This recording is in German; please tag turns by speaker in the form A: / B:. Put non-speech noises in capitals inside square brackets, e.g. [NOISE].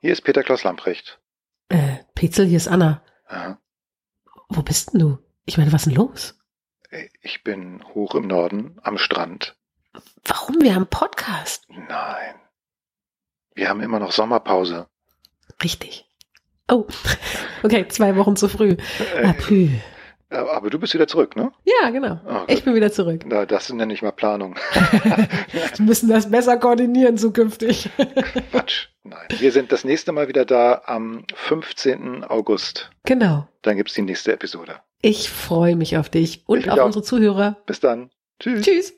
A: Hier ist Peter Klaus Lamprecht.
B: Äh, Petzel, hier ist Anna.
A: Aha.
B: Wo bist denn du? Ich meine, was ist denn los?
A: Äh, Ich bin hoch im Norden am Strand.
B: Warum? Wir haben Podcast.
A: Nein. Wir haben immer noch Sommerpause.
B: Richtig. Oh, [LAUGHS] okay, zwei Wochen zu früh. Ah,
A: Äh,
B: pü.
A: aber du bist wieder zurück, ne?
B: Ja, genau.
A: Oh Gott.
B: Ich bin wieder zurück.
A: Na, das nenne ich mal Planung.
B: Wir müssen das besser koordinieren zukünftig.
A: [LAUGHS] Quatsch. Nein. Wir sind das nächste Mal wieder da am 15. August.
B: genau.
A: Dann gibt's die nächste Episode.
B: Ich freue mich auf dich und
A: Ich
B: auf
A: auch.
B: unsere Zuhörer.
A: Bis dann. Tschüss.
B: Tschüss.